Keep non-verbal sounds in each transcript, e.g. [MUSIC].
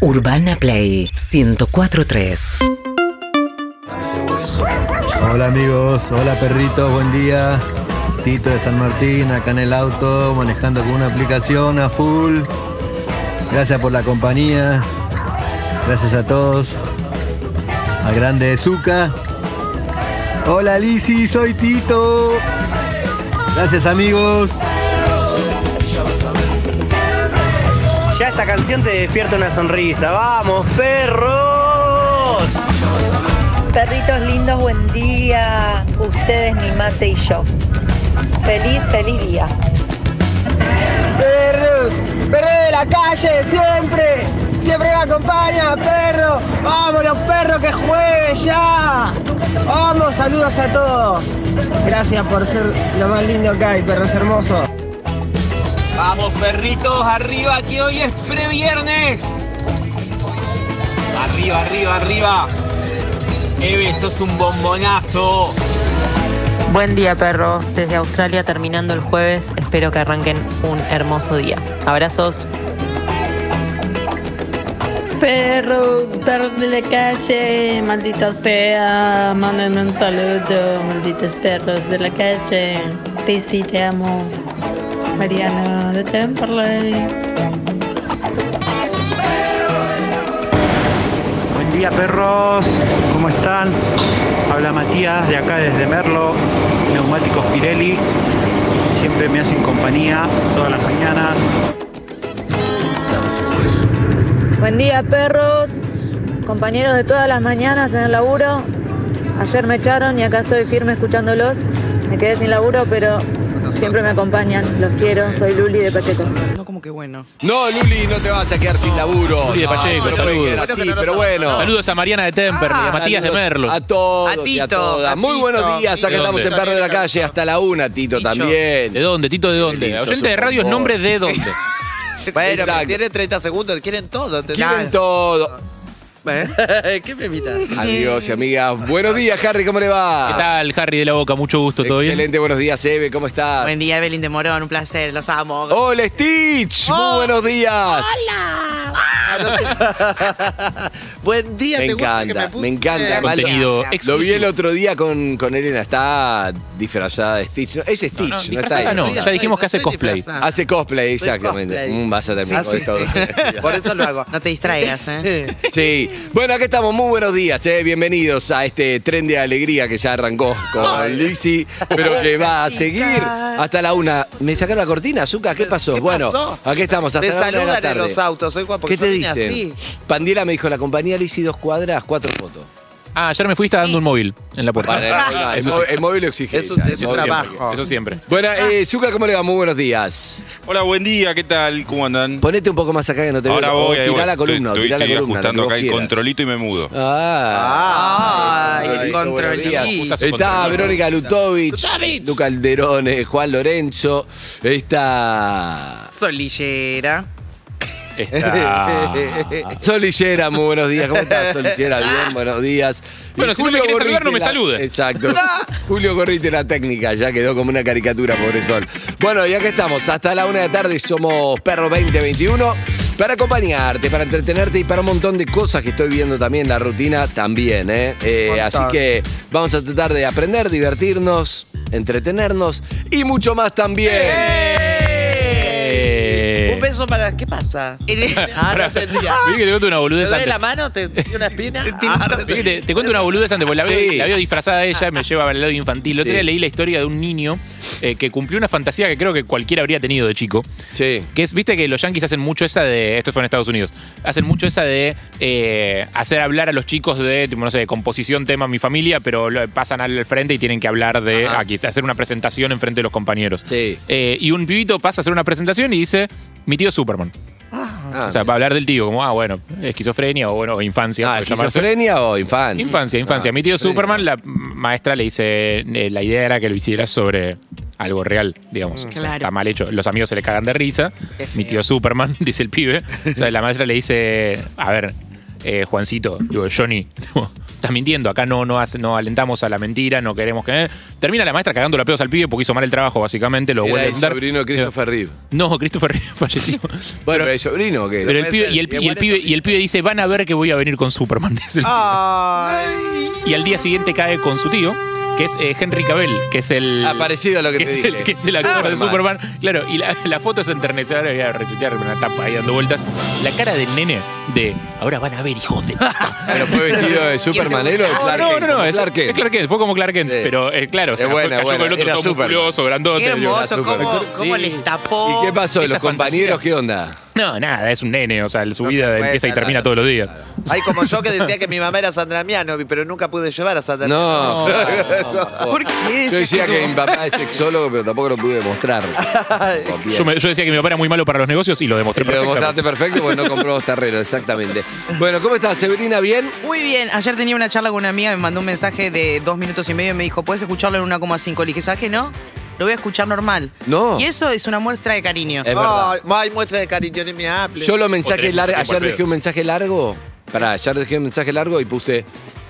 Urbana Play 1043. Hola amigos, hola perritos, buen día. Tito de San Martín, acá en el auto, manejando con una aplicación a full. Gracias por la compañía. Gracias a todos. A Grande de Zuka. Hola Lisi, soy Tito. Gracias amigos. Ya esta canción te despierta una sonrisa. ¡Vamos, perros! Perritos lindos, buen día. Ustedes, mi mate y yo. Feliz, feliz día. Perros, perro de la calle, siempre, siempre me acompaña, perro. Vamos los perros que juegue ya. Vamos, saludos a todos. Gracias por ser lo más lindo que hay, perros hermosos. Vamos perritos, arriba que hoy es previernes. Arriba, arriba, arriba. Eve, sos un bombonazo. Buen día, perros. Desde Australia terminando el jueves. Espero que arranquen un hermoso día. Abrazos. Perros, perros de la calle, maldita sea, mándenme un saludo, malditos perros de la calle. Pisi, te amo. Mariano de Temperley. Buen día perros, ¿cómo están? Habla Matías de acá desde Merlo, neumáticos Pirelli, siempre me hacen compañía todas las mañanas. Buen día, perros, compañeros de todas las mañanas en el laburo. Ayer me echaron y acá estoy firme escuchándolos. Me quedé sin laburo, pero siempre me acompañan. Los quiero. Soy Luli de Pacheco. No, Luli, no te vas a quedar sin laburo. Luli de Pacheco, No, no saludos. puede quedar así, pero bueno. Ah, Saludos a Mariana de Temperley, a Matías de Merlo. A todos. A y a Tito, todas. a Muy Tito, buenos días. Tito. Acá estamos en Tito Perro de la viene Calle hasta la una, Tito Ticho. ¿De también. dónde, Tito? ¿De dónde? lindo, Oyente sos de un radio, bombón. nombre de dónde. Bueno, Exacto. pero tienen 30 segundos, quieren todo. ¿entendés? Quieren todo. [LAUGHS] ¿Qué me imitas? Amigos y amigas. Buenos días, Harry, ¿cómo le va? ¿Qué tal, Harry de la Boca? Mucho gusto, ¿todo bien? Excelente, buenos días, Eve, ¿cómo estás? Buen día, Evelyn de Morón, un placer, los amo. Hola, Stitch. Oh. Muy buenos días. Buen día, Me te gusta que encanta, puse? me encanta. Mal- Contenido Lo vi el exclusivo. otro día con, con Elena, está disfrazada de Stitch. No, Es Stitch, no, No, no, está disfrazada ahí. no, ya dijimos que hace estoy cosplay. disfrazada. Hace cosplay, Soy exactamente. cosplay. Mm, vas a terminar Sí, con sí, todo. sí. Por eso lo hago. No te distraigas, [LAUGHS] ¿eh? [LAUGHS] Sí. Bueno, acá estamos. Muy buenos días. eh. Bienvenidos a este tren de alegría que ya arrancó con Lizzy, pero que va a seguir hasta la una. ¿Me sacaron la cortina, Azúcar? ¿Qué pasó? ¿Qué bueno, pasó? aquí estamos. Hasta Te la una de la saludan en tarde. los autos, soy Juan, porque ¿Qué te yo vine dicen? así. Pandiela me dijo, la compañía Lizzy, dos cuadras, cuatro fotos. Ah, ayer me fuiste dando un móvil en [LAUGHS] la Para el móvil, puerta. no, el, Eso móvil, sí. el móvil lo exige. Es un- ya, es el un móvil lo trabajo. exige. Eso siempre. Bueno, eh, Zucca, ¿cómo le va? Muy buenos días. Hola, buen día, ¿qué tal? ¿Cómo andan? Ponete un poco más acá que no te Ahora veo. O voy, ahí tirá voy. la columna, o estoy, tirá la estoy columna. ajustando lo acá que vos el quieras. controlito y me mudo. Ah, Ay, Controlito, controlito. buenos días. Justo a su Está controlito. Verónica Lutovich, Lu Calderone, Juan Lorenzo, está Solillera. Está- eh, Ah. Solillera, muy buenos días. ¿Cómo estás, Solillera? Bien, buenos días. Y Ah. Bueno, si no me querés saludar, no me la- saludes. [LAUGHS] Ah. Exacto. Julio Gorriti, la técnica, ya quedó como una caricatura, pobre Sol. Bueno, y acá estamos, hasta la una de la tarde somos Perro 2021 para acompañarte, para entretenerte y para un montón de cosas que estoy viendo también, la rutina también, ¿eh? Eh, Montón. así que vamos a tratar de aprender, divertirnos, entretenernos y mucho más también. ¡Eh! Un beso para. ¿Qué pasa? Eh. Ah, no [LAUGHS] entendía. Vi que te cuento una ¿Te boludez doy la antes. mano? ¿Te doy una espina? Ah, Vi que Te, te cuento una boludez antes, porque la veo, Sí. la veo disfrazada a ella, me lleva al lado infantil. El otro Sí. día leí la historia de un niño eh, que cumplió una fantasía que creo que cualquiera habría tenido de chico. Sí. Que es, viste que los yankees hacen mucho esa de. Esto fue en Estados Unidos. Hacen mucho esa de eh, hacer hablar a los chicos de, tipo, no sé, composición, tema, mi familia, pero lo- pasan al frente y tienen que hablar de. Ajá. Aquí, hacer una presentación en frente de los compañeros. Sí. Eh, y un pibito pasa a hacer una presentación y dice: Mi tío es Superman. Ah, o sea, para hablar del tío, como, ah, bueno, esquizofrenia o bueno, infancia. Ah, por llamarse. ¿Esquizofrenia o infancia? Infancia, infancia. Ah, Mi tío esquizofrenia. Superman, la maestra le dice, eh, la idea era que lo hiciera sobre algo real, digamos. claro. Está mal hecho. Los amigos se le cagan de risa. Mi tío Superman, [LAUGHS] dice el pibe. O sea, la maestra le dice, a ver, eh, Juancito, digo, Johnny, estás mintiendo, acá no, no, hace- no alentamos a la mentira, no queremos que... eh. Termina la maestra cagando la pedos al pibe porque hizo mal el trabajo, básicamente, lo Era vuelve a el intentar. sobrino de Christopher Reeve. No, Christopher Reeve [LAUGHS] falleció. Bueno, pero el sobrino, ¿qué? Pero el pibe, y, el, pi- y el pibe, y el pibe dice, van a ver que voy a venir con Superman. [LAUGHS] dice Ah, el pibe. Y al día siguiente cae con su tío, que es eh, Henry Cavill, que es el... Aparecido Ah, a lo que te es dije. Ah, el, que es el actor de Superman. Superman. Claro, y la, la foto es internacional, voy a retuitear una tapa ahí dando vueltas. La cara del nene de, ahora van a ver, [LAUGHS] hijos de... [LAUGHS] Pero fue [LAUGHS] vestido de Superman, ¿eh? Lo de Clark no, Kent, no, no, como es Clark Kent. es Clark Kent, fue como Clark Kent, pero eh, claro, o Es sea, fue- buena, cayó buena, con el era otro todo Superman. musculoso, grandote. Qué hermoso, digo, cómo, Sí. cómo les tapó. ¿Y qué pasó? Esa ¿Los compañeros qué onda? No, nada, es un nene, o sea, el- su No se vida puede, empieza y claro, termina claro. todos los días. Ay, como yo que decía que mi mamá era Sandra Miano, pero nunca pude llevar a Sandra No, Miano. ¿Por qué? Yo decía Decías que tú. mi papá es sexólogo, pero tampoco lo pude [LAUGHS] demostrar. Bien. Yo, me- yo decía que mi papá era muy malo para los negocios y lo demostré Lo demostraste perfectamente. perfecto porque no compró dos terrenos, exactamente. Bueno, ¿cómo estás, Severina? ¿Bien? Muy bien, ayer tenía una charla con una amiga, me mandó un mensaje de dos minutos y medio y me dijo, ¿puedes escucharlo en 1,5? Le dije, ¿sabes qué no? Lo voy a escuchar normal. No. Eh, Y eso es una muestra de cariño. Es verdad. Ay, hay muestras de cariño en mi Apple. Yo lo mensaje largo, ayer dejé un mensaje largo. Pará, ayer dejé un mensaje largo y puse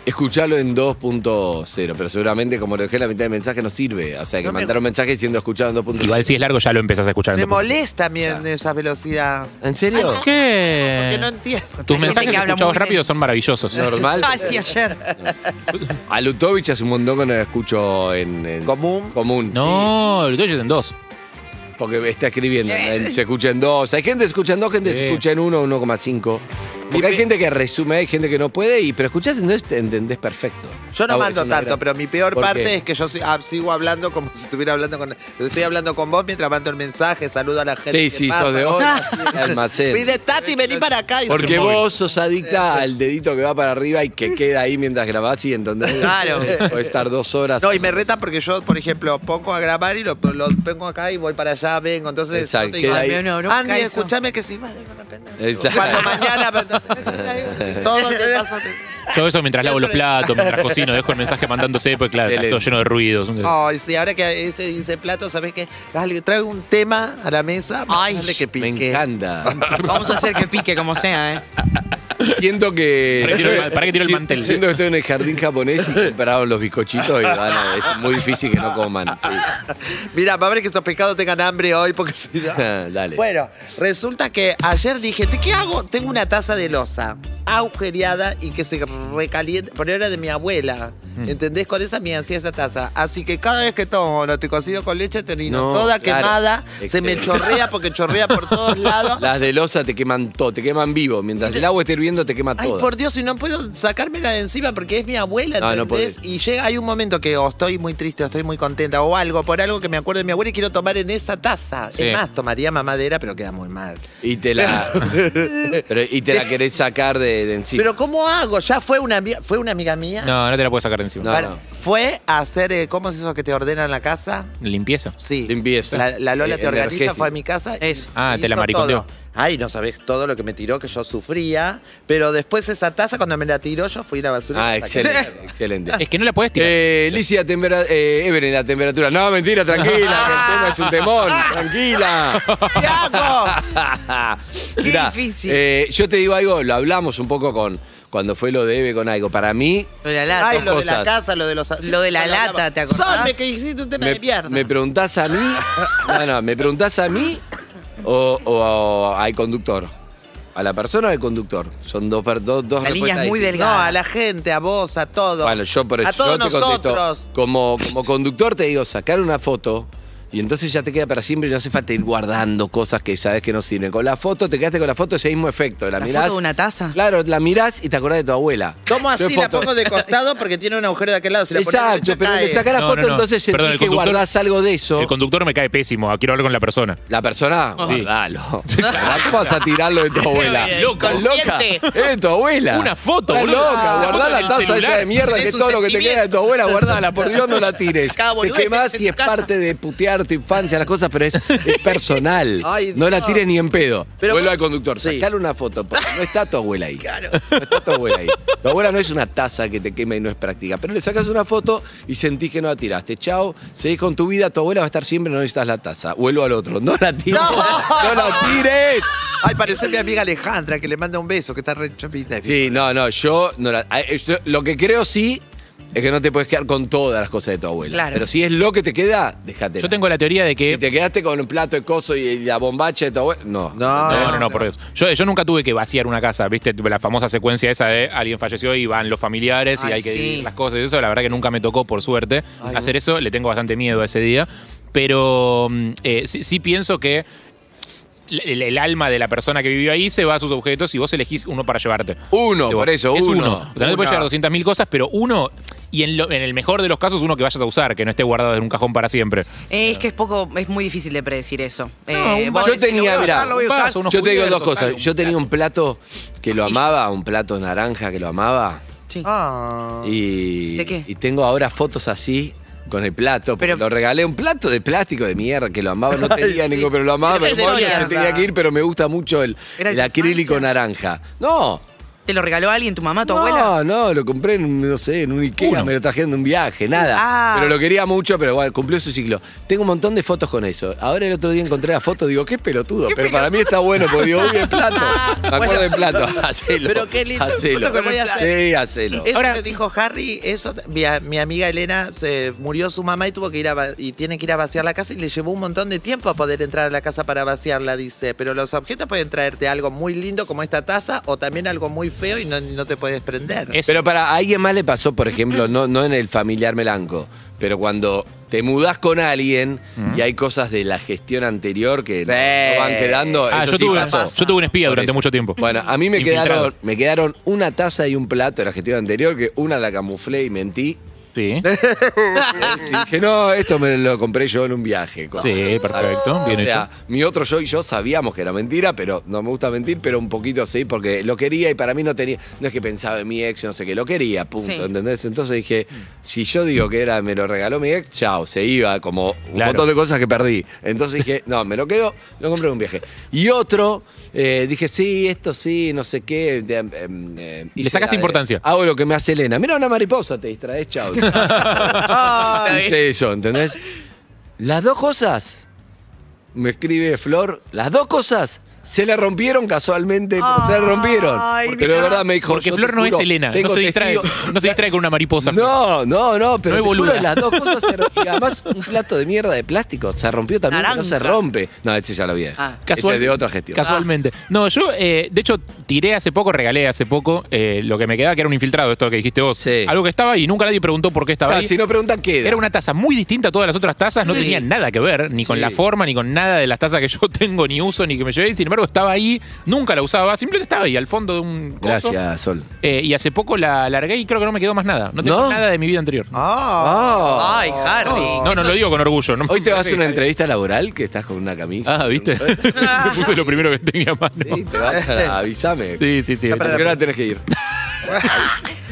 escuchalo en 2.0, pero seguramente como lo dejé la mitad del mensaje no sirve. O sea, que No me- mandaron un mensaje diciendo escuchalo en 2.0. Igual si es largo ya lo empezás a escuchar. en Me tu- molesta también esa velocidad. ¿En serio? ¿Por qué? Eh. Porque no entiendo. Tus mensajes escuchados rápido son maravillosos. Normal. Ah, [LAUGHS] sí, ayer. A Lutovich hace un montón que no la escucho en, común. Común. [LAUGHS] No, Lutovich es en dos. Porque está escribiendo, Eh. en- se escucha en dos. Hay gente que se escucha en dos, gente que se Sí. escucha en uno, 1,5. Porque hay gente que resume, hay gente que no puede, y, pero escuchás en dos te entendés perfecto. Yo no Ah, mando es una tanto, gran- pero mi peor ¿Por parte qué? es que yo si- ah, sigo hablando como si estuviera hablando con. Estoy hablando con vos mientras mando el mensaje, saludo a la gente. Sí, que sí, pasa. sos de [LAUGHS] hoy, almacén. Vine, Tati, vení para acá. y- Porque [LAUGHS] vos sos adicta al dedito que va para arriba y que queda ahí mientras grabás y entonces Claro. podés estar dos horas. No, y me reta porque yo, por ejemplo, pongo a grabar y lo, lo pongo acá y voy para allá, vengo. Entonces, Exacto, yo te digo, queda ahí. "Ay, No, no, Andy, eso. escúchame que si Exacto. Cuando mañana, perdón, todo [LAUGHS] lo que pasa. Yo eso mientras lavo los platos, mientras cocino, dejo el mensaje mandándose, pues claro, está todo lleno de ruidos. Ah. Ay, sí, ahora que este dice plato, ¿sabés qué? Dale, traigo un tema a la mesa. Ay, que pique. Me encanta. [LAUGHS] Vamos a hacer que pique como sea, ¿eh? Siento que. Pará que tiro el- pará que tiro el Si- mantel. Siento que estoy en el jardín japonés y compraron los bizcochitos y van a- ah, es muy difícil que no coman. [LAUGHS] Mira, va a ver que estos pescados tengan hambre hoy porque si no- [LAUGHS] Dale. Bueno, resulta que ayer dije, "¿Te- ¿qué hago? Tengo una taza de loza agujereada y que se recalienta, pero era de mi abuela. Mm. ¿Entendés? Con esa me hacía esa taza. Así que cada vez que tomo lo te cocido con leche termino No, toda claro. quemada, se me Excelente. chorrea porque chorrea [LAUGHS] por todos lados. Las de losa te queman todo, te queman vivo. Mientras el agua esté hirviendo, te quema Ay, todo. por Dios, y no puedo sacármela de encima porque es mi abuela, Ah, No, no ¿entendés? podés. y llega, hay un momento que o estoy muy triste, o estoy muy contenta, o algo, por algo que me acuerdo de mi abuela y quiero tomar en esa taza. Sí. Es más, tomaría mamadera, pero queda muy mal. Y te la. pero- y te la querés sacar de, [LAUGHS] de encima. Pero ¿cómo hago? Ya fue una, ami- fue una amiga mía. No, no te la puedes sacar de encima. Para- Fue a hacer, eh, ¿cómo es eso que te ordenan la casa? Limpieza. Sí. Limpieza. La, la Lola Eh, te organiza, energético. fue a mi casa. Eso. Ah, te la maricondeó. Ay, no sabés todo lo que me tiró, que yo sufría. Pero después esa taza, cuando me la tiró, yo fui a la basura. Ah, y la saqué. excelente, excelente. Es que no la podés tirar. Eh, Licia, tempera, eh, Evelyn, la temperatura. No, mentira, tranquila, [LAUGHS] que el tema es un temón, tranquila. ¿Qué hago? Qué difícil. eh, yo te digo algo, lo hablamos un poco con cuando fue lo de Eve con algo. Para mí, Ay, dos lo de la cosas. casa, lo de los... Lo de la lata, ¿te acordás? Sorme, que hiciste un tema me, de mierda. me preguntás a mí. No, no, me preguntás a mí o, o al conductor. A la persona o al conductor. Son dos, per- dos, dos respuestas distintas. No, a la gente, a vos, a todos. Bueno, yo por eso A todos yo te contesto. nosotros. Como, como conductor te digo, sacar una foto y entonces ya te queda para siempre y no hace falta ir guardando cosas que sabes que no sirven. Con la foto te quedaste con la foto ese mismo efecto. La, ¿La mirás. foto de una taza? Claro, la mirás y te acordás de tu abuela. ¿Cómo Yo así de la foto. pongo de costado? Porque tiene un agujero de aquel lado. Si la ponés Exacto, derecha, pero cae. le sacás la No, foto, no, no. entonces sentís Perdón, el que conductor- guardás algo de eso. El conductor me cae pésimo, ah, quiero hablar con la persona. ¿La persona? [LAUGHS] Sí. Guardalo. ¿Cómo vas a tirarlo de tu abuela? Loca, ¿Estás loca? Es de tu abuela. Una foto, Estás boludo. loca. Una Guardá foto en la el taza esa celular. de mierda, que Tenés es un todo lo que te queda de tu abuela, guardala. Por Dios, no la tires. Cada Te boludez quemás tenés en y es tu casa. parte de putear tu infancia, las cosas, pero es, es personal. Ay, no la Dios. tires ni en pedo. Pero Vuelve al conductor, sacale una foto, porque no está tu abuela ahí. No está tu abuela ahí. Tu abuela no es una taza que te quema y no es práctica, pero le sacas una foto y sentís que no la tiraste. Chao, seguís con tu vida, tu abuela va a estar siempre, no necesitas la taza. Vuelvo al otro, no la tires. ¡No la tires! Ay, parece mi amiga Alejandra que le manda un beso, que está re chapita. Sí, no, no, yo no la- a- eh, yo- lo que creo sí es que no te puedes quedar con todas las cosas de tu abuela. Claro. Pero si es lo que te queda, déjate. Yo tengo la teoría de que. Si te quedaste con un plato de coso y la bombacha de tu abuela, no. No, No, no, no, por eso. Yo, yo nunca tuve que vaciar una casa, ¿viste? Tipo, La famosa secuencia esa de alguien falleció y van los familiares Ay, y hay que sí. dividir las cosas y eso. La verdad que nunca me tocó, por suerte, hacer eso. Le tengo bastante miedo a ese día. Pero mm, eh, sí, sí pienso que el, el- el alma de la persona que vivió ahí se va a sus objetos y vos elegís uno para llevarte. Uno, Tipo, por eso, es uno. O sea, no te puedes Una. llevar 200.000 cosas, pero uno, y en, lo- en el mejor de los casos, uno que vayas a usar, que no esté guardado en un cajón para siempre. Eh, Es que es poco, es muy difícil de predecir eso. Eh, vos yo decís, lo tenía, voy a mirá, usar, lo voy a usar. yo te digo dos cosas. Yo tenía un plato que lo amaba, un plato naranja que lo amaba. Y, ¿De qué? Ah, y tengo ahora fotos así con el plato. Pero lo regalé un plato de plástico de mierda que lo amaba. No Ay, tenía sí. ningún, pero lo Sí, amaba. pero es pero de bueno, mierda. se tenía que ir, pero me gusta mucho el, Era el de tu acrílico naranja. No. ¿Te lo regaló alguien, tu mamá, tu no, abuela? no, lo compré en, un, no sé, en un Ikea, me lo trajeron de un viaje, nada. Ah. Pero lo quería mucho, pero bueno, cumplió su ciclo. Tengo un montón de fotos con eso. Ahora el otro día encontré la foto, digo, qué pelotudo, pero para mí está bueno, porque digo, uy, el [LAUGHS] plato. Me acuerdo del plato, [LAUGHS] hacelo. Pero qué lindo. Hacelo. Lo voy a hacer. Sí, hacelo. Eso que dijo Harry, eso mi, mi amiga Elena se murió su mamá y tuvo que ir a va- y tiene que ir a vaciar la casa y le llevó un montón de tiempo a poder entrar a la casa para vaciarla, dice. Pero los objetos pueden traerte algo muy lindo como esta taza o también algo muy feo y no, no te puedes prender. Pero para ¿a alguien más le pasó, por ejemplo, no, no en el familiar melanco, pero cuando te mudás con alguien y hay cosas de la gestión anterior que no van quedando. Ah, eso yo, sí tuve, pasó. yo tuve un espía durante mucho tiempo. Bueno, a mí me Infiltrado. quedaron, me quedaron una taza y un plato de la gestión anterior, que una la camuflé y mentí. [LAUGHS] Sí. dije, no, esto me lo compré yo en un viaje. cosas Sí, así. perfecto, bien o sea, mi otro yo y yo sabíamos que era mentira, pero no me gusta mentir, pero un poquito así, porque lo quería y para mí no tenía. No es que pensaba en mi ex, no sé qué, lo quería, punto. Sí. ¿Entendés? Entonces dije, si yo digo que era, me lo regaló mi ex, chao, se iba, como un Claro. montón de cosas que perdí. Entonces dije, no, me lo quedo, lo compré en un viaje. Y otro, eh, dije, sí, esto sí, no sé qué. de- em, em, eh, Le hice la sacaste de, importancia. Hago lo que me hace Elena. Mira una mariposa, te distraes, chao. [LAUGHS] ah, Hice eso, ¿entendés? Las dos cosas, me escribe Flor, las dos cosas se le rompieron casualmente, pero se le rompieron. Ay, pero de mirá. verdad me dijo. Porque yo te Flor no es juro, Elena, no tengo se, distrae, testigo- no se distrae con una mariposa. No, no, no, pero No es te juro, boluda. las dos cosas [LAUGHS] se ro- y además un plato de mierda de plástico se rompió también, que no se Naranja. rompe. No, este ya lo vi. Ah. Ese Casual- es de otra gestión. Casualmente. No, yo, eh, de hecho, tiré hace poco, regalé hace poco eh, lo que me quedaba, que era un infiltrado, esto que dijiste vos. Algo que estaba y nunca nadie preguntó por qué estaba Ah, ahí. si no preguntan, queda. Era una taza muy distinta a todas las otras tazas, no tenía nada que ver, ni con Sí. la forma, ni con nada de las tazas que [LAUGHS] yo tengo, ni uso, ni que me llevé. y Sin embargo, estaba ahí, nunca la usaba, simplemente estaba ahí, al fondo de un. coso. Gracias, Sol. Eh, y hace poco la largué y creo que no me quedó más nada. No tengo ¿No? nada de mi vida anterior. Ah. Ay, Harry. No, no, lo digo con orgullo. no me- Hoy te vas Sí. a una entrevista laboral que estás con una camisa. Ah, [LAUGHS] ¿viste? Me puse lo primero que tenía a mano. Sí, te vas a- avísame. Sí, sí, sí. ¿A qué hora tenés que ir?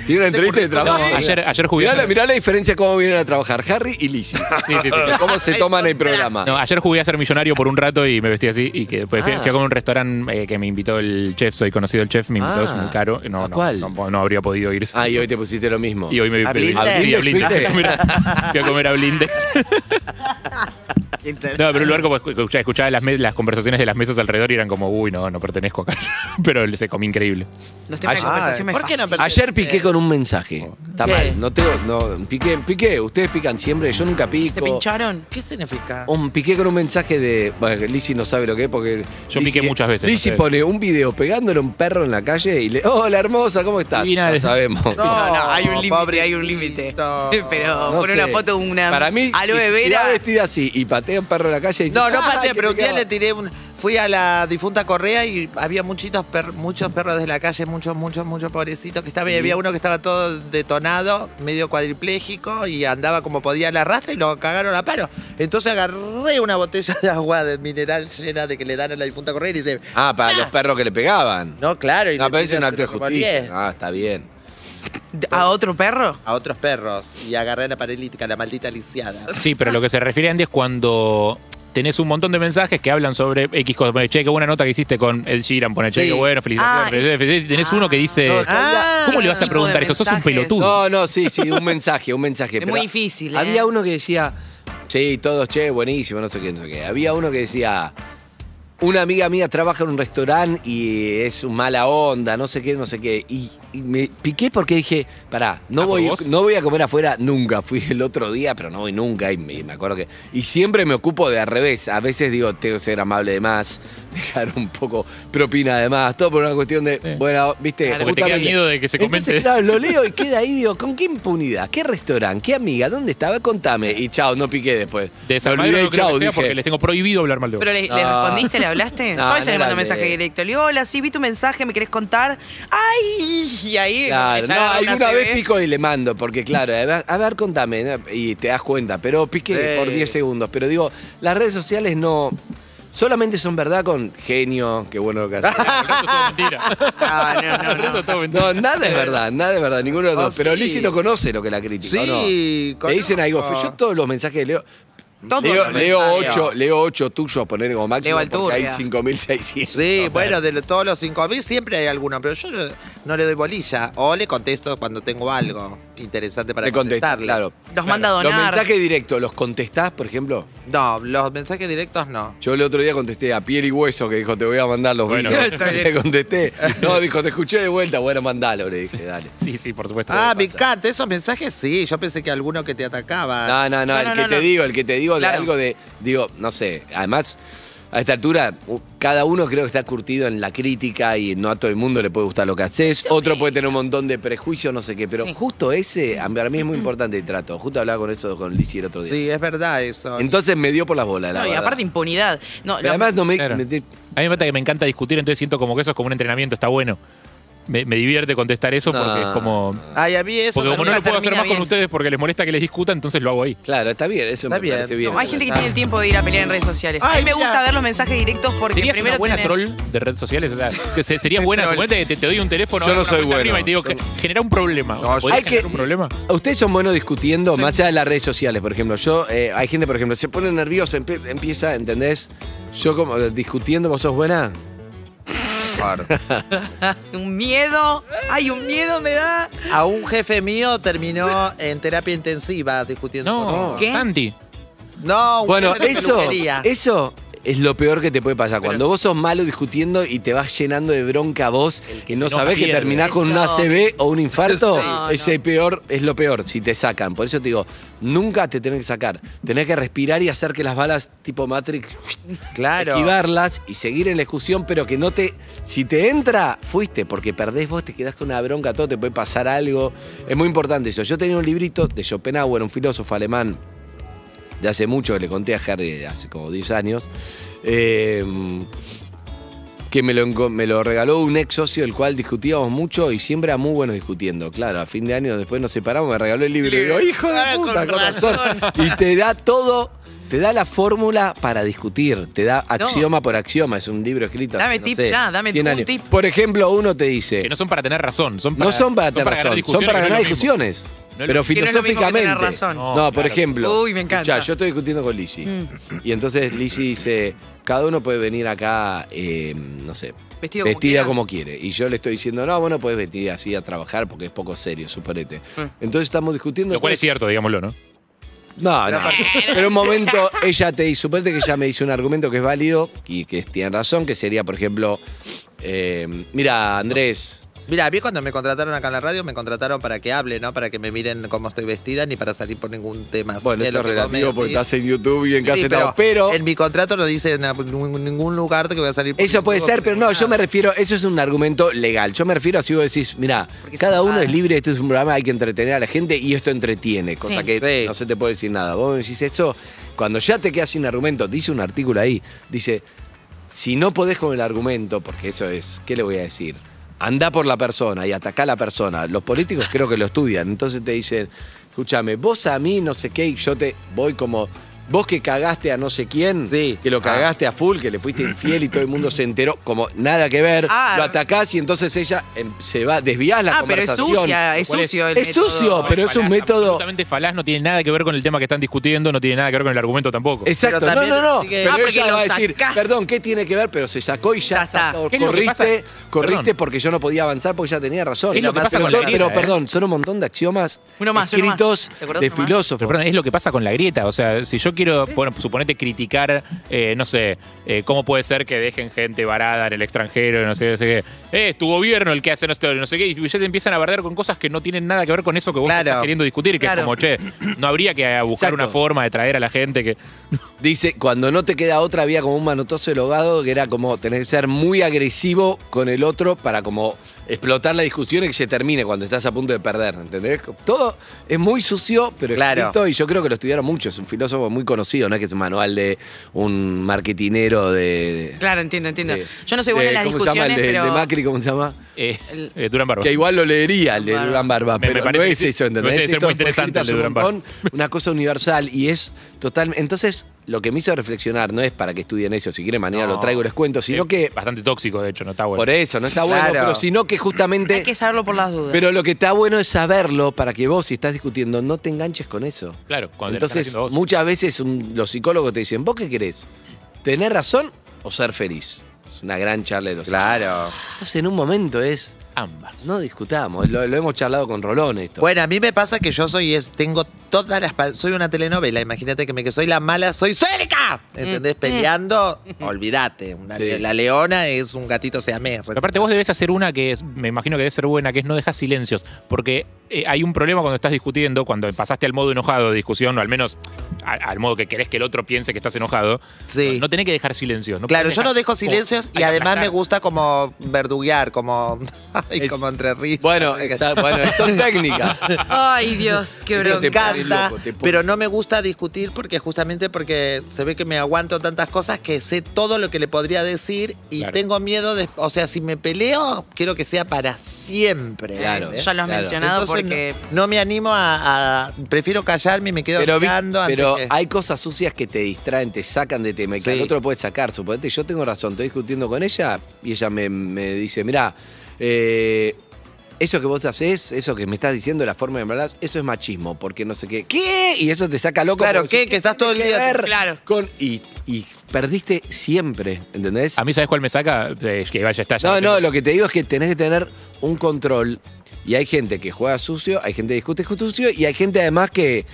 Tiene una entrevista de trabajo. No, ayer- ayer jugué- Mirá la, mirá la diferencia cómo vienen a trabajar Harry y Lizzie. Sí, sí, sí. [LAUGHS] Cómo se toman el programa. No, ayer jugué a ser millonario por un rato y me vestí así y que después fui, Ah. fui a comer a un restaurante eh, que me invitó el chef, soy conocido el chef, me invitó, Ah. es muy caro. No, no, cuál? No, no habría podido ir. Ah, y hoy te pusiste lo mismo. Y hoy me ¿A me- Blindex? sí, a Blindex. Fui ¿Fuiste? a comer a- fui a comer a Blindex. [LAUGHS] No, pero un lugar como escu- escuchaba, escuchaba las, me- las conversaciones de las mesas alrededor y eran como, uy, no, no pertenezco acá. [LAUGHS] pero se comí increíble. Los temas de Ayer- conversación me ¿Por qué no fascinan. Ayer piqué con un mensaje. Está ¿Qué? mal. No tengo. No, piqué, piqué. Ustedes pican siempre, yo nunca pico. ¿Te pincharon? ¿Qué significa? Un, piqué con un mensaje de. Bueno, Lizzie no sabe lo que es porque. Yo Lizzie- piqué muchas veces, Lizzie no sé. pone un video pegándole a un perro en la calle y le. Hola, hermosa, ¿cómo estás? Divina. No sabemos. No, no, hay un límite, hay un límite. [LAUGHS] [LAUGHS] Pero No por una sé. foto de una Para mí, aloe si- si vera. va este vestida así y patea un perro en la calle y dice, No, no "Ah, pateé, que pero te un día queda-". le tiré un. Fui a la difunta Correa y había muchitos per- muchos perros de la calle, muchos, muchos, muchos pobrecitos que estaban. Y había uno que estaba todo detonado, medio cuadripléjico y andaba como podía a la rastra y lo cagaron a paro. Entonces agarré una botella de agua de mineral llena de que le dan a la difunta Correa y dice. Ah, para los perros que le pegaban. No, claro. Y No, le pero es tiras un acto de como justicia. diez. Ah, está bien. ¿A otro perro? A otros perros. Y agarré la paralítica, la maldita lisiada. Sí, pero lo que se refiere Andy es cuando tenés un montón de mensajes que hablan sobre X cosas. Pone, che, qué buena nota que hiciste con el Sheeran. Pone, che, Sí. qué bueno, felicidades. Ah, felicidades, felicidades. Tenés uno que dice, Ah, ¿cómo le vas a preguntar eso? Sos un pelotudo. No, no, sí, sí, un mensaje, un mensaje. [LAUGHS] Es pero muy difícil, ¿eh? Había uno que decía, sí, todos, che, buenísimo, no sé qué, no sé qué. Había uno que decía, una amiga mía trabaja en un restaurante y es un mala onda, no sé qué, no sé qué. Y, y me piqué porque dije, pará, no, voy, vos? no voy a comer afuera nunca. Fui el otro día, pero no voy nunca y me, me acuerdo que... Y siempre me ocupo de al revés. A veces digo, tengo que ser amable de más, [LAUGHS] dejar un poco propina de más, todo por una cuestión de, bueno, viste... Claro, porque te queda justamente. miedo de que se Entonces, comente. claro, lo leo y queda ahí, digo, ¿con qué impunidad? ¿Qué restaurante? ¿Qué amiga? ¿Dónde estaba? Contame. Y chao, no piqué después. Desarmadlo Me olvidé, no creo que sea dije. porque les tengo prohibido hablar mal de vos. [LAUGHS] ¿Pero le, le No. respondiste, [LAUGHS] le hablaste? No, Yo a veces no le mando la mensaje leo. directo. Le digo, hola, sí, vi tu mensaje, ¿me querés contar? ¡Ay! Y ahí Claro, se no, agarra hay una CB. vez pico y le mando, porque claro, a ver, a ver, contame, ¿no? y te das cuenta, pero piqué Sí. por 10 segundos. Pero digo, las redes sociales no. Solamente son verdad con genio, qué bueno lo que haces. [LAUGHS] Ah, No, nada es verdad, nada es verdad, ninguno de los Oh, dos. Pero sí. Lizzy no conoce lo que la critica. ¿o Sí, no? Le dicen algo. conozco. Yo todos los mensajes leo. Todos leo, los leo mensajes. ocho, leo ocho tuyos, poner como máximo, Leo porque hay Alturia. 5.600. Sí, bueno, de lo- todos los 5.000 siempre hay alguno, pero yo no, no le doy bolilla. O le contesto cuando tengo algo interesante [LAUGHS] para Le contesto, contestarle. claro. Los manda a donar. Los mensajes directos, ¿los contestás, por ejemplo? No, los mensajes directos no. Yo el otro día contesté a piel y hueso que dijo, te voy a mandar los Bueno. videos. Está [LAUGHS] bien. Le contesté. No, dijo, te escuché de vuelta, bueno, mandalo, le dije, dale. Sí, sí, por supuesto. Ah, me encanta. Esos mensajes sí. Yo pensé que alguno que te atacaba. No, no, no, el que te digo, el que te digo Claro. de algo de. Digo, no sé. Además, a esta altura, u- cada uno creo que está curtido en la crítica y no a todo el mundo le puede gustar lo que haces. Otro puede tener un montón de prejuicios, no sé qué. Pero justo ese, a mí para mí es muy importante el trato. Justo hablaba con eso con Lichi el otro día. Sí, es verdad eso. Entonces me dio por las bolas, la No, y verdad. aparte impunidad. No, Pero lo- además no me. Claro. me- te- A mí me pasa que me encanta discutir, entonces siento como que eso es como un entrenamiento, está bueno. Me, me divierte contestar eso porque es como. Ay, a mí eso. Porque como no también- lo puedo hacer más con ustedes porque les molesta que les discuta, entonces lo hago ahí. Claro, está bien, eso Está me bien. parece bien. no, hay gente que tiene el tiempo de ir a pelear en redes sociales. a Ay, mí me mira. gusta ver los mensajes directos porque ¿Serías primero una buena tenés- troll de redes sociales? [LAUGHS] O sea, que se- serías buena, suponete que te, te doy un teléfono, Yo ahora no una soy cuenta bueno. prima y te digo, que genera un problema. O sea, No, ¿podés hay que- generar un problema? Ustedes son buenos discutiendo más allá de las redes sociales, por ejemplo. Yo, eh, hay gente, por ejemplo, se pone nerviosa, empie- empieza, ¿entendés? Yo como eh, discutiendo, ¿vos sos buena? Claro. Un miedo. Ay, un miedo me da. A un jefe mío terminó en terapia intensiva discutiendo. No, conmigo. Santi. No, un Bueno, jefe de eso, peluquería. eso es lo peor que te puede pasar. Cuando vos sos malo discutiendo y te vas llenando de bronca vos y no se enoja sabés que pierde. terminás con un Eso. ACV o un [LAUGHS] infarto, Sí. No, ese peor es lo peor si te sacan. Por eso te digo, nunca te tenés que sacar. Tenés que respirar y hacer que las balas tipo Matrix Claro. esquivarlas y seguir en la discusión, pero que no te. Si te entra, fuiste, porque perdés vos, te quedás con una bronca, todo te puede pasar algo. Es muy importante eso. Yo tenía un librito de Schopenhauer, un filósofo alemán de hace mucho, que le conté a Harry hace como 10 años. eh, que me lo, enco- me lo regaló un ex socio del cual discutíamos mucho y siempre era muy buenos discutiendo. Claro, a fin de año después nos separamos, me regaló el libro y digo, hijo de Ah, puta, con con razón". Y te da todo, te da la fórmula para discutir, te da axioma por axioma, es un libro escrito. hace, Dame no tip sé, ya, dame 100 un años. tip. Por ejemplo, uno te dice... Que no son para tener razón, son para, no son para tener ganar razón, son discusiones, para que no ganar es lo mismo. discusiones. No es lo pero mismo. Que no es lo mismo que filosóficamente. tener razón. No, No, por claro. ejemplo. Uy, me encanta. Mm. escuchá, yo estoy discutiendo con Lizzy. Y entonces Lizzy dice: Cada uno puede venir acá, eh, no sé, Vestido como vestida quiera. como quiere. Y yo le estoy diciendo: No, bueno, puedes vestir así a trabajar porque es poco serio, suponete. Mm. Entonces estamos discutiendo. Lo cual es cierto, digámoslo, ¿no? No, no. Pero un momento, ella te dice, suponete que ella me dice un argumento que es válido y que tiene razón, que sería, por ejemplo, eh, mira, Andrés, Mira, a mí cuando me contrataron acá en la radio, me contrataron para que hable, no para que me miren cómo estoy vestida ni para salir por ningún tema. Así bueno, que eso es lo que vos me relativo porque decís- estás en YouTube y en casa Sí, estamos, pero, pero... en mi contrato no dice en ningún lugar que voy a salir por Eso puede ningún- ser, pero no, yo me refiero, eso es un argumento legal. Yo me refiero a si vos decís, mira, cada uno es libre, este es un programa, hay que entretener a la gente y esto entretiene, cosa Sí. que no se te puede decir nada. Vos me decís esto, cuando ya te quedas sin argumento, dice un artículo ahí, dice, si no podés con el argumento, porque eso es, ¿qué le voy a decir? Andá por la persona y atacá a la persona. Los políticos creo que lo estudian, entonces te dicen, escúchame, vos a mí no sé qué, y yo te voy como Vos que cagaste a no sé quién, que lo cagaste a full, que le fuiste infiel y todo el mundo se enteró, como nada que ver, Ah. lo atacás y entonces ella em, se va, desviás la Ah, pero es conversación. sucia, es ¿Cuál sucio el Es método. sucio, pero es un método. Absolutamente falaz, no tiene nada que ver con el tema que están discutiendo, no tiene nada que ver con el argumento tampoco. Exacto, no, no, no. Pero Ah, porque ella lo va a decir, sacás. perdón, ¿qué tiene que ver? Pero se sacó y ya, sacó. ¿Qué es lo que corriste, pasa? corriste Perdón. porque yo no podía avanzar porque ella tenía razón. ¿Qué es lo que Pero pasa con todo- la pero grieta, eh? perdón, son un montón de axiomas Uno más, uno más. escritos ¿Te acordás de uno más? filósofos. Pero perdón, es lo que pasa con la grieta. O sea, si yo quiero, bueno, suponete criticar, eh, no sé, eh, cómo puede ser que dejen gente varada en el extranjero, no sé, no sé qué. Eh, es tu gobierno el que hace no sé, no sé qué. Y ya te empiezan a bardear con cosas que no tienen nada que ver con eso que vos estás queriendo discutir. Que Claro. es como, che, no habría que buscar una forma de traer a la gente que. Dice, cuando no te queda otra, había como un manotazo del hogado que era como tener que ser muy agresivo con el otro para como explotar la discusión y que se termine cuando estás a punto de perder, ¿entendés? Todo es muy sucio, pero Claro. escrito, y yo creo que lo estudiaron mucho, es un filósofo muy conocido, no es que es un manual de un marketinero de... Claro, entiendo, entiendo. de- Yo no soy buena de- en las Eh, ¿cómo se llama? discusiones, El de, pero. de Macri, ¿cómo se llama? eh, Durán Barba. Que igual lo leería el de Durán Barba, Me- me pero no parece es que- eso, me ¿entendés? parece que es Esto muy fue interesante el escrito de hace un Durán Barba. montón, una cosa universal y es total. Entonces, lo que me hizo reflexionar no es para que estudien eso, si quieren mañana No. lo traigo y les cuento, sino que. Eh, Bastante tóxico, de hecho, no está bueno. Por e- eso, no está bueno, pero sino que justamente. Hay que saberlo por las dudas. Pero lo que está bueno es saberlo para que vos, si estás discutiendo, no te enganches con eso. Claro, cuando te lo están Entonces, haciendo a vos. muchas veces un- los psicólogos te dicen, ¿vos qué querés? ¿Tener razón o ser feliz? Es una gran charla de los Claro. Entonces, en un momento es... Ambas. No discutamos, lo, lo hemos charlado con Rolón esto. Bueno, a mí me pasa que yo soy es, tengo todas las pa- soy una telenovela, imagínate que me que soy la mala, soy Celica, ¿entendés? Peleando, olvídate, una- Mm. Sí. la leona es un gatito seamés. Pero aparte vos debes hacer una que es- me imagino que debe ser buena, que es no dejar silencios. Porque eh, hay un problema cuando estás discutiendo, cuando pasaste al modo enojado de discusión, o al menos a- al modo que querés que el otro piense que estás enojado. No, no tenés que dejar silencios. no claro, podés yo no dejar- dejo como- silencios hay y que además me aplastar. gusta como verduguear, como [LAUGHS] y como entre risas. [LAUGHS] Bueno, exa- bueno, son técnicas. Ay, Dios, qué Me bronca. encanta, pero no me gusta discutir porque justamente porque se ve que me aguanto tantas cosas que sé todo lo que le podría decir y Claro. tengo miedo de, o sea, si me peleo, quiero que sea para siempre. Eh, Claro, ¿ves? ya lo has mencionado porque- Entonces, no, no me animo a, a- prefiero callarme y me quedo Pero, vi- mirando antes pero que- hay cosas sucias que te distraen, te sacan de tema y que Sí. al otro puede sacar. Suponete, yo tengo razón, estoy discutiendo con ella y ella me, me dice, mirá, eh, eso que vos haces, eso que me estás diciendo, la forma de hablar, eso es machismo, porque no sé qué. ¿Qué? Y eso te saca loco. Claro, porque ¿qué? decís, Que estás todo el tiene que día- ver Claro. Con, y, y perdiste siempre, ¿entendés? A mí, ¿sabes cuál me saca? Eh, que vaya, está No, ya. no, lo que te digo es que tenés que tener un control. Y hay gente que juega sucio, hay gente que discute sucio y hay gente además que,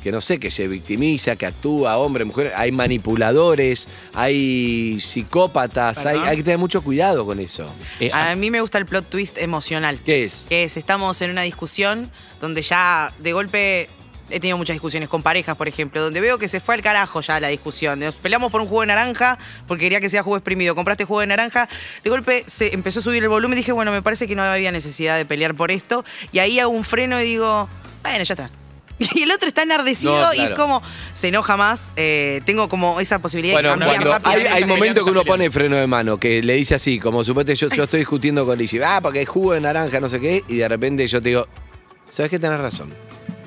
que no sé, que se victimiza, que actúa, hombre, mujer. Hay manipuladores, hay psicópatas, hay, Perdón. hay que tener mucho cuidado con eso. Eh, Ah, A mí me gusta el plot twist emocional. Eh, ¿Qué es? Que es, estamos en una discusión donde ya de golpe he tenido muchas discusiones con parejas, por ejemplo, donde veo que se fue al carajo ya la discusión. Nos peleamos por un jugo de naranja porque quería que sea jugo exprimido. Compraste jugo de naranja, de golpe se empezó a subir el volumen. Dije, bueno, me parece que no había necesidad de pelear por esto. Y ahí hago un freno y digo, bueno, ya está. [LAUGHS] Y el otro está enardecido No, y es claro. como, se enoja más. eh, tengo como esa posibilidad Bueno, de cambiar cuando hay, rápidamente. hay momentos que uno pone freno de mano, que le dice así, como suponete yo, yo estoy discutiendo con Lizzie, ah, porque hay jugo de naranja, no sé qué, y de repente yo te digo, ¿sabes qué? Tenés razón.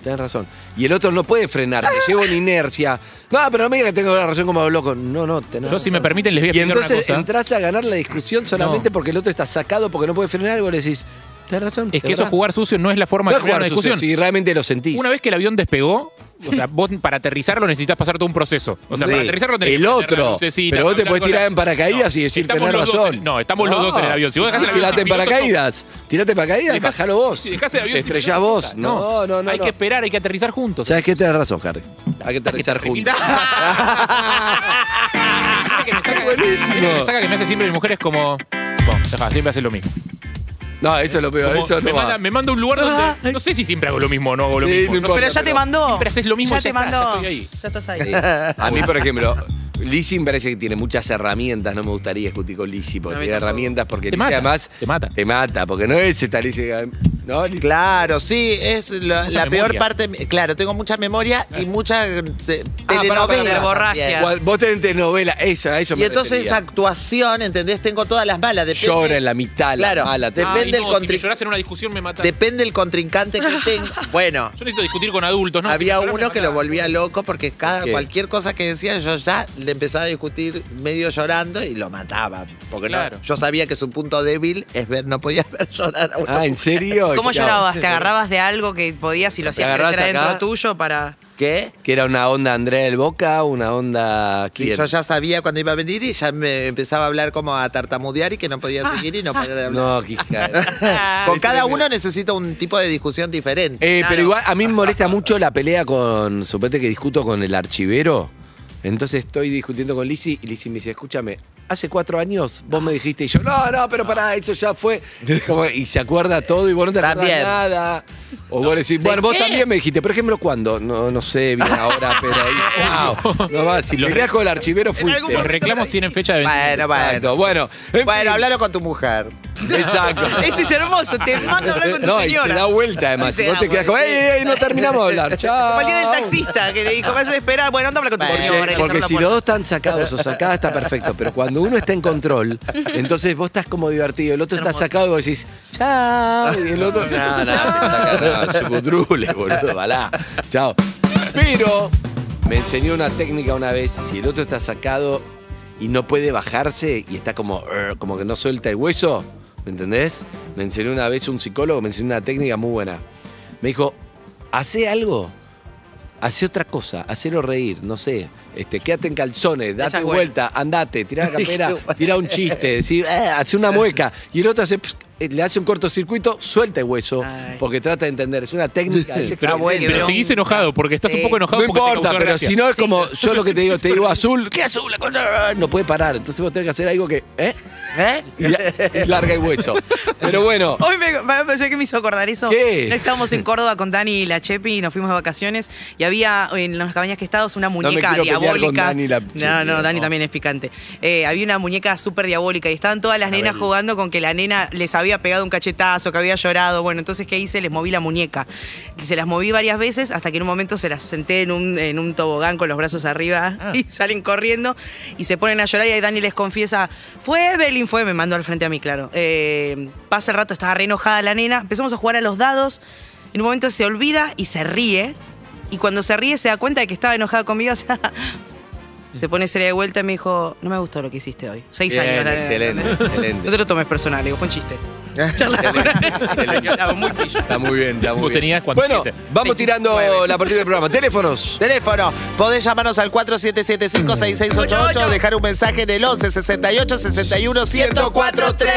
Tenés razón. Y el otro no puede frenar, te lleva una inercia. No, pero no me digas que tengo la razón como loco. No, no, tenés Yo, si razón. me permiten, les voy a Y explicar una entonces cosa. entras a ganar la discusión solamente porque el otro está sacado, porque no puede frenar, y vos le decís, tenés razón. Es que eso jugar sucio no es la forma No de es generar jugar una sucio, discusión. si realmente lo sentís. Una vez que el avión despegó, [LAUGHS] o sea, vos para aterrizarlo necesitas pasar todo un proceso. O sea, Sí. para aterrizarlo tenés que El prender la otro. lucecita, Pero vos te hablar podés con la- tirar en paracaídas y decir, estamos tenés los dos razón. en- no, estamos los dos en el avión. Si vos dejás el avión Tirate sin en piloto, paracaídas. Tirate paracaídas y bajalo vos. Si dejás el avión Te sin estrellás piloto, vos. No, no, no. Hay no. que esperar, hay que aterrizar juntos. ¿Sabes qué? Tenés razón, Harry. Hay que [LAUGHS] aterrizar juntos. Buenísimo. Me saca que me hace siempre mi mujer es como. Bueno, deja, siempre hace lo mismo. [LAUGHS] No, eso es lo peor. Como Eso me, no va. Ah, manda, me manda un lugar donde. No sé si siempre hago lo mismo o no hago lo Sí, mismo. no No sé, importa, Pero ya te mandó. Siempre haces lo Ya, mismo, ya te está, ya mandó. estoy ahí. Ya [LAUGHS] estás ahí. Sí. A mí, por ejemplo, Lizzie me parece que tiene muchas herramientas. No me gustaría discutir con Lizzie porque A mí tiene tampoco. herramientas porque Te Lizzie mata, además te mata. te mata. Porque no es esta Lizzie. que, Claro, sí, es lo- Mucha la peor memoria. Ah, parte. Claro, tengo mucha memoria y mucha eh, te- telenovela. telenovela también. Cual- Vos tenés telenovela, esa, eso Y entonces esa actuación, ¿entendés? Tengo todas las balas. Depende, Llora en la mitad, la Claro, mala. depende, Ay, del no, si me contrin- llorás en una discusión me matás. depende el contrincante que tenga. Bueno, Yo necesito discutir con adultos, ¿no? había Si me llorás, uno que lo volvía loco porque cada ¿Qué? cualquier cosa que decía yo ya le empezaba a discutir medio llorando y lo mataba. Porque no- Claro. yo sabía que su punto débil es ver, no podía [LAUGHS] ver llorar a una Ah, ¿en mujer. [LAUGHS] serio? ¿Cómo Claro. llorabas? ¿Te agarrabas de algo que podías y lo ¿Te hacías crecer agarrabas adentro acá? [LAUGHS] tuyo para. ¿Qué? Que era una onda Andrea del Boca, una onda... Sí, ¿quién? yo ya sabía cuando iba a venir y ya me empezaba a hablar como a tartamudear y que no podía seguir y no [LAUGHS] podía hablar. [LAUGHS] No, qué hija de- Con cada uno necesita un tipo de discusión diferente. Eh, Pero igual, a mí me molesta mucho la pelea con... Suponete que discuto con el archivero. Entonces estoy discutiendo con Lizzy y Lizzy me dice, escúchame, hace cuatro años vos me dijiste y yo, no, no, pero pará, eso ya fue. Como- y se acuerda todo y vos no te acordás También. nada. O vos decís, bueno, vos también me dijiste, por ejemplo, ¿cuándo? No, no sé bien ahora, pero ahí. chao. No va, si lo peleás con el archivero fuiste. Los reclamos tienen fecha de Bueno, vencimiento. Exacto, bueno. Bueno, hablalo con tu mujer. Exacto. [LAUGHS] Ese es hermoso, te mando a hablar con tu Eh, No, y señora. se da vuelta además. Se Y vos da te quedás como, ¡ey, vuelta. ey, ey! No terminamos de hablar. Chao. Como el día del taxista que le dijo, me haces esperar. Bueno, anda a hablar con tu Porque, señora. y le cerró porque la si puerta. los dos están sacados o sacadas está perfecto, pero cuando uno está en [LAUGHS] control, entonces vos estás como divertido, el otro está sacado y vos decís, chao, y el [LAUGHS] otro, nada, nada, te saca, nada, sucutrule, boludo, balá, chao. Pero me enseñó una técnica una vez, si el otro está sacado y no puede bajarse y está como, "Ur", como que no suelta el hueso, ¿me entendés? Me enseñó una vez un psicólogo, me enseñó una técnica muy buena. Me dijo, hace algo, hace otra cosa, hacelo reír, no sé. Este, quédate en calzones, date vuelta, andate, tirá la campera, tirá un chiste, decí, "Eh", hace una mueca. Y el otro hace, pss, eh, le hace un cortocircuito, suelta el hueso, porque trata de entender. Es una técnica. es excelente. Pero seguís enojado porque estás un poco enojado. No porque te importa, causó pero gracia. si no es como, yo lo que te digo, te digo azul, ¿qué azul? La concha? No puede parar. Entonces vos tenés que hacer algo que, ¿eh? ¿Eh? Y, la- y larga el hueso. Pero bueno, Hoy me, me- pensé que me hizo acordar eso. ¿Qué? No estábamos en Córdoba con Dani y la Chepi, nos fuimos de vacaciones y había en las cabañas que estabas una me muñeca quiero pelear con diabólica. Dani y la no, Chepi, no, Dani no. también es picante. Eh, había una muñeca súper diabólica y estaban todas las nenas jugando con que la nena les había pegado un cachetazo, que había llorado. Bueno, entonces, ¿qué hice? Les moví la muñeca. Se las moví varias veces hasta que en un momento se las senté en un, en un tobogán con los brazos arriba [LAUGHS] y salen corriendo y se ponen a llorar y ahí Dani les confiesa, fue Evelyn, fue, me mandó al frente a mí, claro. Eh, pasa el rato, estaba re enojada la nena, empezamos a jugar a los dados, en un momento se olvida y se ríe y cuando se ríe se da cuenta de que estaba enojada conmigo, [LAUGHS] o sea, se pone seria de vuelta y me dijo, no me gustó lo que hiciste hoy. Seis Bien, años. la nena. excelente, excelente. No te lo tomes personal, le digo, fue un [LAUGHS] chiste. Charla con una nena, seis años, la hago muy pilla. está muy bien, está muy Vos bien. tenías Este cuánto, bueno, siete. vamos tirando la partida del programa. Teléfonos. Teléfono, podés llamarnos al 4775-6688, dejar un mensaje en el 11 68 61 1043.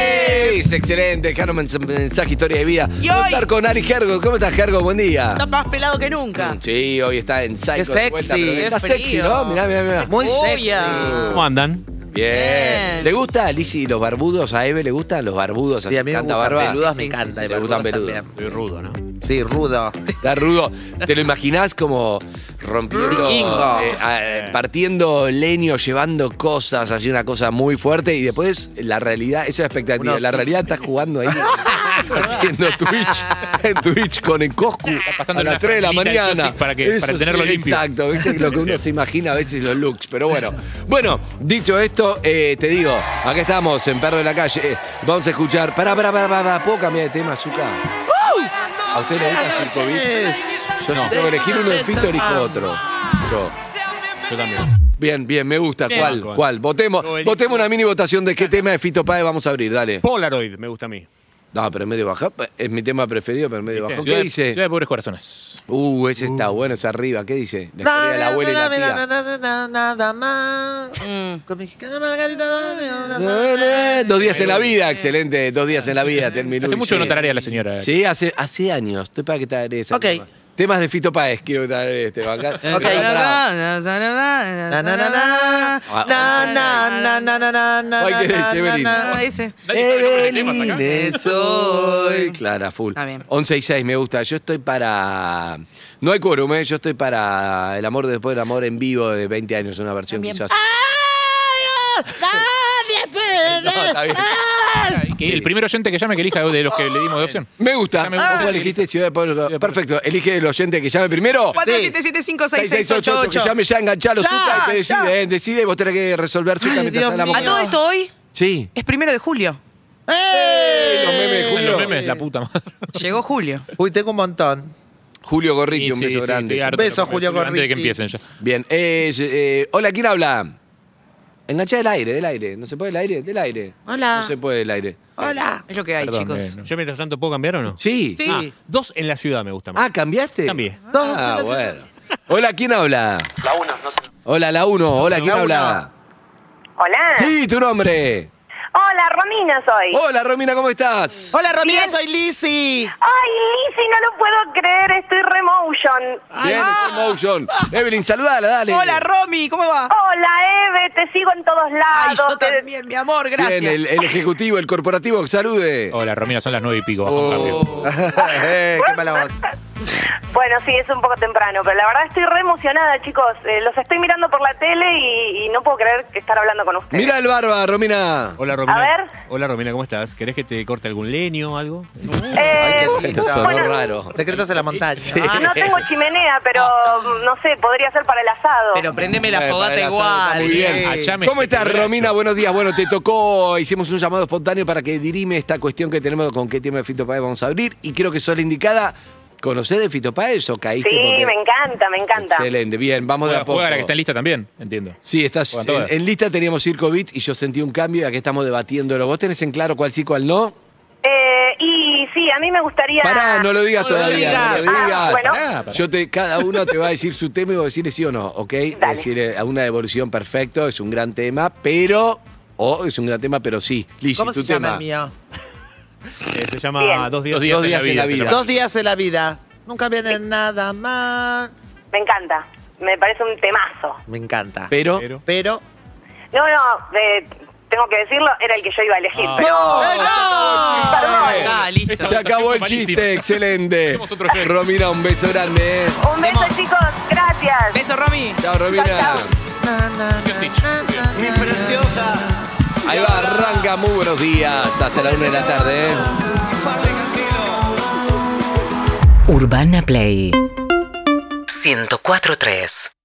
Es excelente, dejaron mens- mensaje, historia de vida. Y Vamos a hoy- estar con Ari Gergo. ¿Cómo estás, Gergo? Buen día. Está más pelado que nunca. Sí, hoy está en Psycho. Qué de vuelta, sexy. pero Qué Está sexy, frío. ¿no? Mirá, mirá, mirá. Muy sexy. ¿Cómo andan? Bien. Bien. ¿Le gusta a Lizzy los barbudos? ¿A Eve le gustan los barbudos? Sí, a mí me ¿Tanta gustan barba? peludos, me encanta. y Te gustan barbudos peludos. también. Soy rudo, ¿no? Sí, rudo. [LAUGHS] Está rudo. ¿Te lo imaginás como rompiendo, Vikingo. eh, a- partiendo leño, llevando cosas, así una cosa muy fuerte? Y después la realidad, eso es expectativa. Uno la sí. realidad está jugando [LAUGHS] ahí, haciendo Twitch, en Twitch con el Coscu pasando a las una 3 de la franelita de mañana. Celtic para que- para tenerlo limpio. Exacto, [LAUGHS] viste lo que uno se imagina a veces los looks, pero bueno. Bueno, dicho esto, eh, te digo, acá estamos en Perro de la Calle. Eh, Vamos a escuchar. Pará, pará, pará, pará, ¿puedo cambiar de tema, Zuka? ¿A usted le gusta el COVID? Yo si tengo que elegir uno el Fito, elijo otro. Yo. Yo también. Bien, bien, me gusta. Bien. ¿Cuál? ¿Cuál? ¿Cuál? Votemos. Yo elijo- Votemos una mini votación de qué tema de Fito Páez vamos a abrir, dale. Polaroid, me gusta a mí. No, pero en medio baja. Es mi tema preferido, pero en medio baja. Ciudad ¿Qué de- dice? Ciudad de pobres corazones. Uh, ese está bueno, es arriba. ¿Qué dice? La historia de la abuela y la tía. Mm. Nada más. Con mexicana Margarita. nada Eh, eh, Dos días en la vida, excelente. Dos días en la vida, terminó. Hace y mucho que no llega. tararía la señora. Sí, hace, hace años. Estoy para que te agregues ese Ok. tema. Temas de Fito Páez, quiero que te agregues este. Acá- Ok. acá- Na, na, na, na. Ah, Na, na, na, na, na, na, na, Ay, ¿quién es, na, Evelyn? na, na. Ese. Evelyn es hoy. Soy. Clara, full. Está bien. 11 y 6, me gusta. Yo estoy para. No hay quórum, ¿eh? Yo estoy para el amor después del amor en vivo de 20 años, una versión quizás. Nadie No, está perder. bien. que el primer oyente que llame que elija de los que le dimos de opción. Me gusta. Ah, ¿Vos cuál elegiste? Ciudad de Pueblo. Perfecto. Elige el oyente que llame primero. Sí. 47756688. Que llame ya, enganchalo, Ya, Zuka, y te decide, ya. eh, decide, vos tenés que resolver Zuka mientras hablamos. A todo esto hoy Sí. es primero de julio. Los memes de Julio. la puta madre. Llegó Julio. Uy, tengo un montón. Julio Gorriti, Sí, un sí, beso sí, grande. estoy harto, Beso, pero Julio antes de que Gorriti. empiecen ya. Bien. eh, eh, hola, ¿quién habla? Enganchá del aire, del aire. ¿No se puede del aire? Del aire. Hola. No se puede del aire. Hola. Es lo que hay, Perdón, chicos. eh, Yo mientras tanto puedo cambiar o no? Sí. Sí. Ah, dos en la ciudad me gustan. Ah, ¿cambiaste? Cambié. Ah, bueno. Hola, ¿quién habla? La una, no sé. Hola, la 1. Hola, ¿quién La habla? Hola. Sí, tu nombre. Hola, Romina soy. Hola, Romina, ¿cómo estás? Hola, Romina, soy Lizzy. Ay, Lizzy, no lo puedo creer, estoy remotion. Bien, estoy motion. Evelyn, saludala, dale. Hola, ah. Romy, ¿cómo va? Hola, Eve, te sigo en todos lados. yo también, mi amor, gracias. Bien, el, el ejecutivo, el corporativo, que salude. Hola, Romina, son las nueve y pico. baja Oh, [LAUGHS] un cambio. Eh, qué mala voz. Oh. [LAUGHS] Bueno, sí, es un poco temprano, pero la verdad estoy re emocionada, chicos. Eh, los estoy mirando por la tele y, y no puedo creer que estar hablando con ustedes. Mira el barba, Romina. Hola, Romina. A ver. Hola, Romina, ¿cómo estás? ¿Querés que te corte algún leño o algo? Eh, bueno, raro. Secretos de la montaña. Ah, Ah, No tengo chimenea, [LAUGHS] pero no sé, podría ser para el asado. Pero prendeme la Eh, fogata para el asado igual. está Muy bien. Achame ¿Cómo este estás, primerazo. Romina? Buenos días. Bueno, te tocó, hicimos un llamado espontáneo para que dirime esta cuestión que tenemos con qué tema de Fito Páez vamos a abrir. Y creo que sos la indicada. ¿Conocés de Fito Páez o caíste? sí, porque- me encanta, me encanta. Excelente, bien, vamos de Juega, a poco. juega la que está en lista también, entiendo. Sí, estás Juegan en, todas. en lista teníamos Circo Beat y yo sentí un cambio y aquí estamos debatiéndolo. ¿Vos tenés en claro cuál sí, cuál no? Eh, y sí, a mí me gustaría... Pará, no lo digas No lo todavía, no lo digas. Ah, digas. bueno. Pará, pará. Yo te, cada uno te va a decir su tema y vos decirle sí o no, ¿ok? Es decir, eh, una devolución perfecto, es un gran tema, pero. O es un gran tema, pero sí. Lizy, ¿Cómo tu se llama tema. el mío? Eh, se llama Bien. dos, días Dos días en la se vida. llama. Dos días en la vida. Nunca viene nada más. Me encanta, me parece un temazo. Me encanta. Pero. Pero. No, no, eh, tengo que decirlo, era el que yo iba a elegir. pero- eh, ¡No! Ah, Perdón. Se acabó el chiste, excelente. Romina, un beso grande. eh. Un beso, chicos, gracias. Beso, Romy. Chao, Romina. Mi preciosa. Ahí va, arranca muy buenos días. Hasta la una de la tarde. eh. Urbana Play 104.3